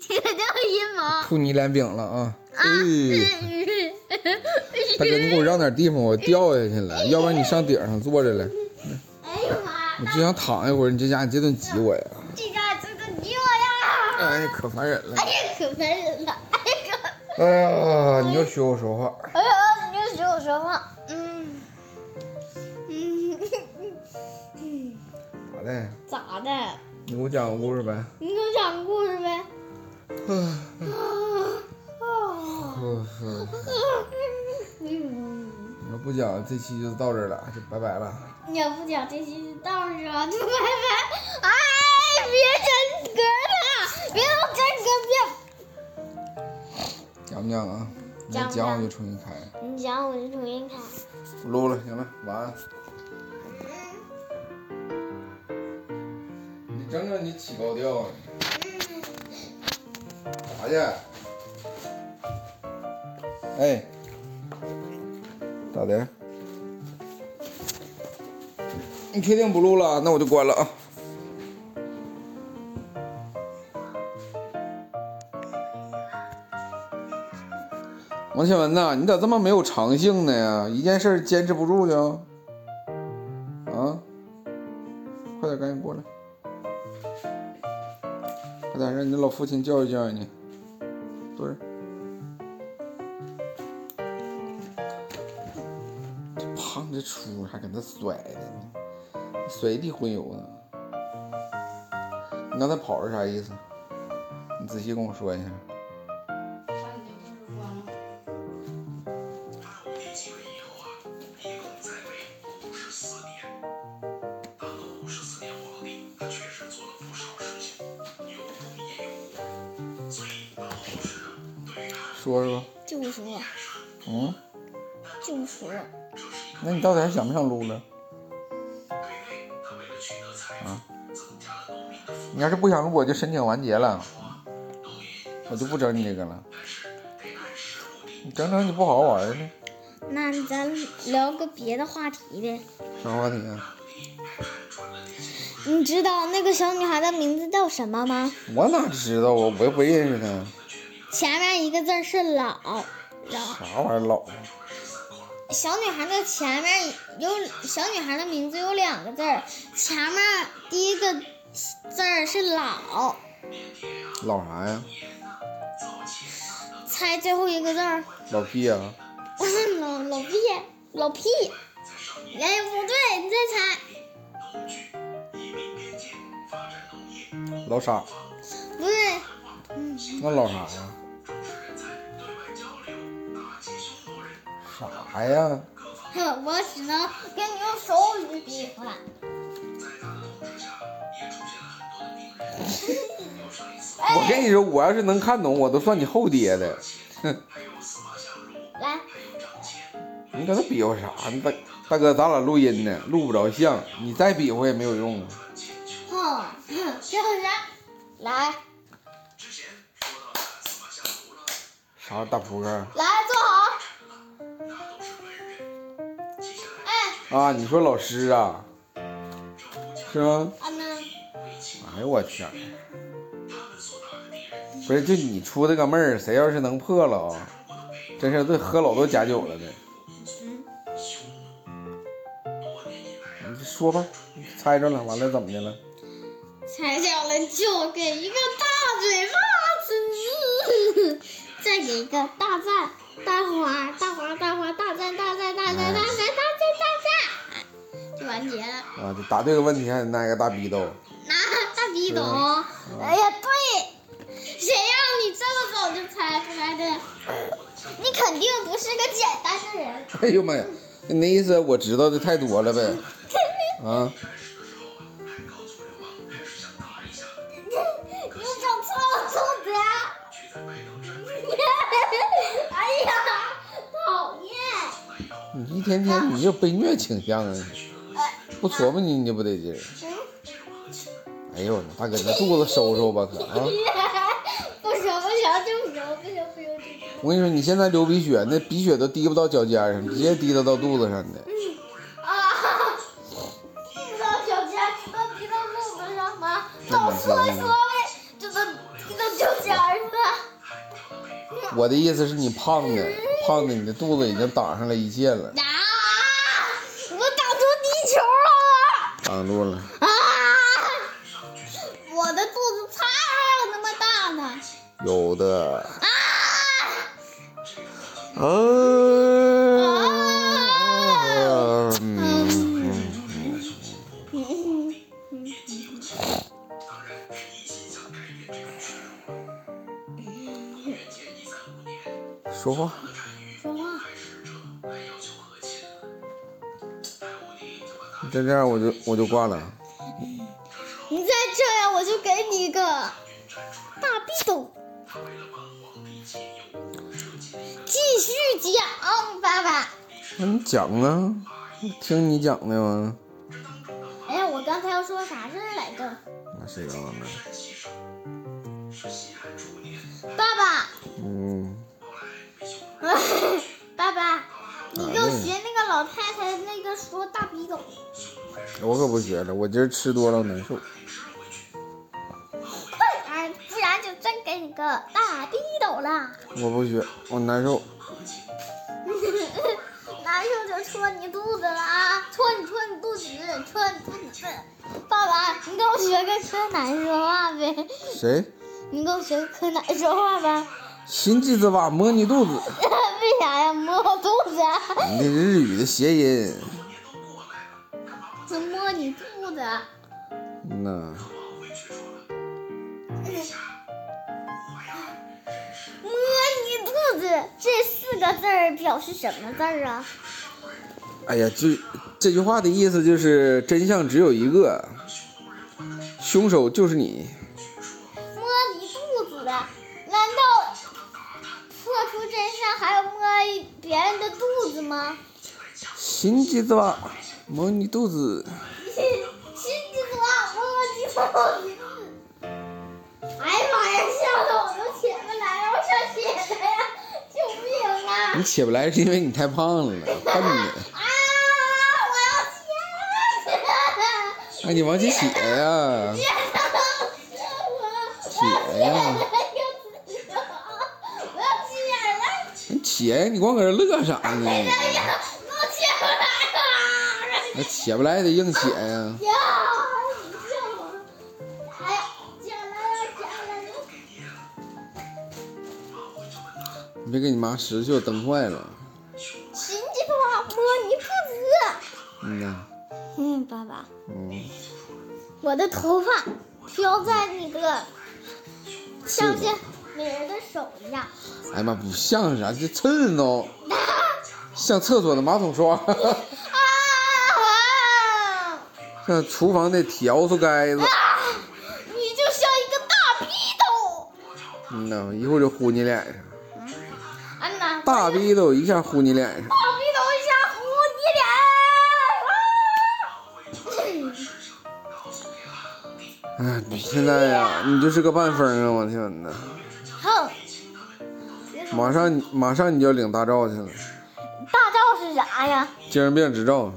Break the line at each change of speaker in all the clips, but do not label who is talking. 这个叫阴谋。
吐你脸饼了啊！哎，
哎
大哥，你给我让点地方，我掉下去了，要不然你上顶上坐着来，
呦妈！
我就想躺一会儿。你这家伙，你这顿急我呀！
这个这个你我呀！
哎，可烦人了。
哎呀，可烦人了！哎呀，
哎呀，你又学我说话。
哎呀，你又学我说话，嗯，嗯，嗯，
咋的？
咋的？
你给我讲个故事呗。
你给我讲个故事呗。
啊
啊啊！
呵呵
嗯，
你要不讲，这期就到这儿了，就拜拜了。
你要不讲这期就到这儿，就拜拜。哎，别真格了，别老真格，
讲不讲啊？你要
讲不
讲
讲
我就重新开。
别。你讲我就重新看。
不录了，行了，晚安。你整整你起高调啊！啥去？哎，咋的？你确定不录了？那我就关了啊。王新文呐，你咋这么没有长性呢？一件事儿坚持不住就，啊，快点赶紧过来，快点让你的老父亲教育教育你，坐这儿。这胖这出还搁那甩呢，甩一地荤油呢。你刚才跑是啥意思？你仔细跟我说一下。说说，
就说
嗯，
就说，
那你到底还想不想撸了？啊，你要是不想录，我就申请完结了，我就不整你这个了。你整整你不好好玩呢？
那咱聊个别的话题呗。
啥话题啊？
你知道那个小女孩的名字叫什么吗？
我哪知道啊？我又不认识他，
前面一个字儿是老，然后
啥玩意儿老啊？
小女孩的前面有小女孩的名字有两个字儿，前面第一个字儿是老，
老啥呀？
猜最后一个字儿，
老啊屁呀、
老老屁老屁，哎不对，你再
老傻？
猜，不对，
那老啥呀？啥呀？
哼我只能跟你用手语比划了。
我
哎
跟你说，我要是能看懂，我都算你后爹的。哼，
来，
你搁那比划啥呢？大大哥，咱俩录音呢，录不着像，你再比划也没有用啊。
哼，哼就是来
啥大扑克
来坐好。哎，
啊？你说老师啊？是吗？
啊那
哎呦我天！不是，就你出这个闷儿，谁要是能破了啊，真是对喝老多假酒了的。你说吧，你猜着了，完了怎么的了？
踩脚了就给一个大嘴巴子，再给一个大赞，大花大花大花大赞大赞大赞大赞大赞大赞，就完结了。
啊，就答对个问题还得那个大逼斗。
拿大笔懂？哎呀，对，谁让你这么早就猜出来的？你肯定不是个简单的人。
哎呦妈呀，你那意思我知道的太多了呗？啊，
啊你整错了重点。哎呀，讨厌！
你一天天你就被虐倾向啊！不琢磨你你就不得劲儿。哎呦，大哥，你肚子收收吧可啊！
不行不行，就不行不行不行
我跟你说，你现在流鼻血，那鼻血都滴不到脚尖上，直接滴到到肚子上的。
啊！知道小尖儿，知道提到路子上吗？到厕所里，知道提到脚尖儿
我的意思是你胖的，胖的，你的肚子已经挡上了一切了，
啊！我打出地球了
挡住了。
啊！ 我的肚子才有那么大呢
有的。
啊！
啊。嗯
嗯
说话，
说话，
你再这样我就我就挂了。
你再这样我就给你一个大逼斗。继续讲，爸爸。
那你讲啊，听你讲的吗？
哎呀，我刚才要说啥事儿来着？
那谁知道呢？
爸爸，
嗯，
爸爸，你给
啊
我
嗯
学那个老太太那个说大逼斗。
我可不学了，我今儿吃多了我难受。
快点儿，不然就真给你个大逼斗了。
我不学，我难受。
难受就戳你肚子了啊！戳你戳你肚子，戳你肚子。爸爸，你给我学个柯南说话呗，
谁？
你给我学个柯南说话呗。
心机子吧，摸你肚子。
为啥呀？摸我肚子啊，
你的日语的谐音。
就摸你肚子。啊
嗯呐，
摸你肚子这四个字儿表示什么字儿啊？
哎呀，就这句话的意思就是真相只有一个，凶手就是你。
摸你肚子，难道破除真相还要摸别人的肚子 吗？
心机子吧，摸你肚子。
亲亲子啊，摸你肚子！哎呀妈呀，吓得我都起不来了，我想起来呀！救命啊！
你起不来是因为你太胖了，
啊！
笨的。
我要起来！
哎，你往起写呀、
起我要起来了！
你写，你光搁这乐啥呢？
哎呀，我起不来了！
那写不来也得硬写呀、
呀！你叫我！哎呀，起来了，起来了！
你别给你妈石秀蹬坏了。
亲戚爸爸摸你肚子。
嗯呐，
嗯，爸爸，
嗯，
我的头发飘在那个像不像美人的手一样？
哎呀妈，不像啥，这刺挠，都像厕所的马桶刷，
啊！
像厨房的笤帚盖子。
你就像一个大逼斗。
嗯呐，一会儿就呼你脸上，
啊呐，
大
逼
逼斗一下呼你脸上。
大逼斗一下呼你脸。啊！
哎，你现在呀、你就是个半疯啊！我天呐，
啊哼，
马上你马上你就要领大照去了，
大赵是啥呀？
精神病执照。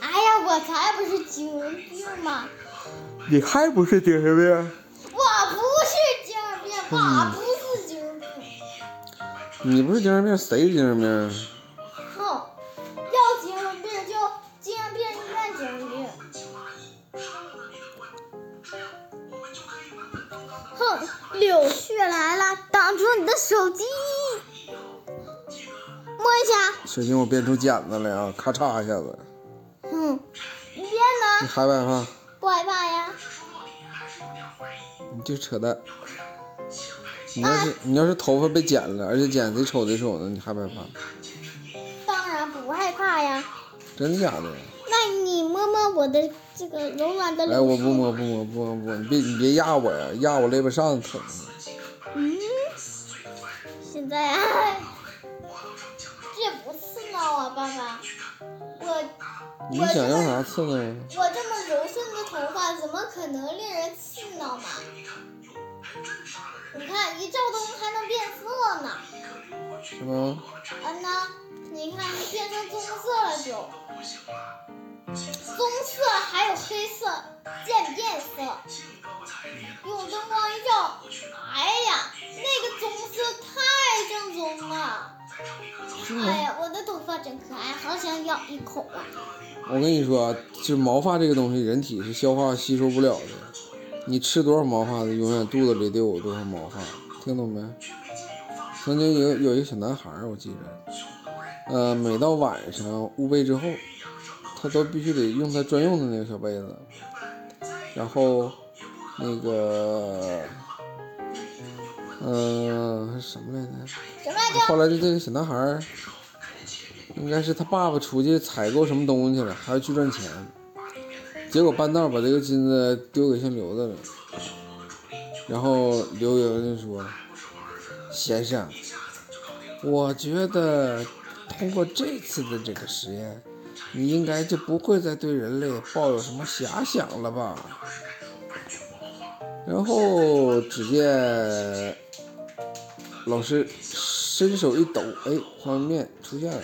哎呀，我才不是精神病嘛！
你还不是精神病？
我不是精神病，我不是精神病。
你不是精神病，谁是精神病？啊
哼，要精神病就精神病医院精神病。哼，柳絮来了，挡住你的手机。摸一下，
小心我变出茧子来啊！咔嚓一下子，
嗯，你别
你
呢，
害不害怕？
不害怕呀？
你这扯淡！你要是你要是头发被剪了，而且剪贼丑贼丑的，你害不害怕？
当然不害怕呀。
真的假的？
那你摸摸我的这个柔软的柳
哎，
絮。
我不摸不摸不摸不摸，你别你别压我呀，压我肋巴上疼。
嗯，现在啊，这不刺挠啊，爸爸。我
你想要啥刺呢？
我这么柔顺的头发，怎么可能令人刺挠嘛？你看，一照灯还能变色呢。
是吧？
嗯呐，你看变成棕色了就，棕色还有黑色渐变色，用灯光一照，哎呀，那哎咬一口啊！
我跟你说啊，就是毛发这个东西，人体是消化吸收不了的。你吃多少毛发，永远肚子里得有多少毛发，听懂没？曾经有有一个小男孩儿，我记着，呃，每到晚上捂被之后，他都必须得用他专用的那个小被子，然后那个，嗯、呃，什么来着？
什么来着？
后来这这个小男孩儿，应该是他爸爸出去采购什么东西了，还要去赚钱，结果半道儿把这个金子丢给姓刘的了，然后刘莹就说：“先生，我觉得通过这次的这个实验，你应该就不会再对人类抱有什么遐想了吧？”然后只见老师伸手一抖，哎，方便面出现了。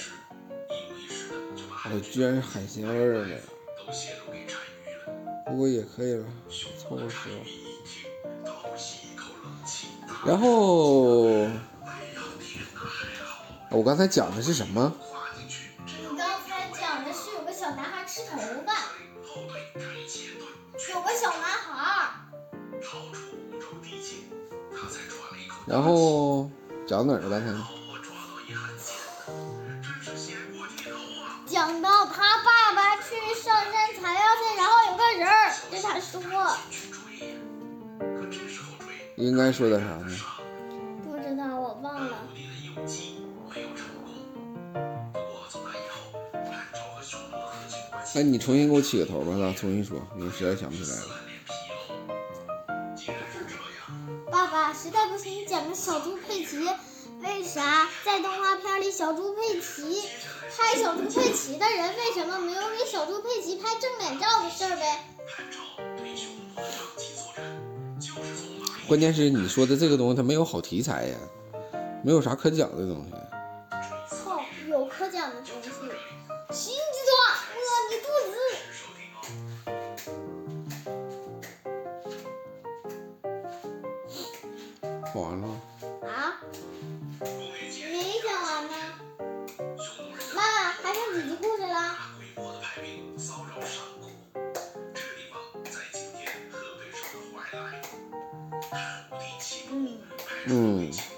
哎，居然是海鲜味儿的，不过也可以了，凑合吃吧。然后，我刚才讲的是什么？
你刚才讲的是有个小男孩吃头发，有个小男孩，
然后讲哪儿了？刚才
讲到他爸爸去上山采药去，然后有个人儿对他说，
应该说点啥呢？
不知道我忘了。
哎，你重新给我起个头吧，咱重新说，我实在想不起来了。
爸爸，实在不行你讲个小猪佩奇，为啥在动画片里小猪佩奇拍小猪佩奇的人为什么没有给小猪佩奇拍正脸照的事儿呗？
关键是你说的这个东西，它没有好题材呀，没有啥可讲的东西。
操，有可讲的东西，新鸡爪摸你肚子。
说完了吗，
啊？没讲完呢。妈妈，还剩几集故事了？嗯，
嗯，
啊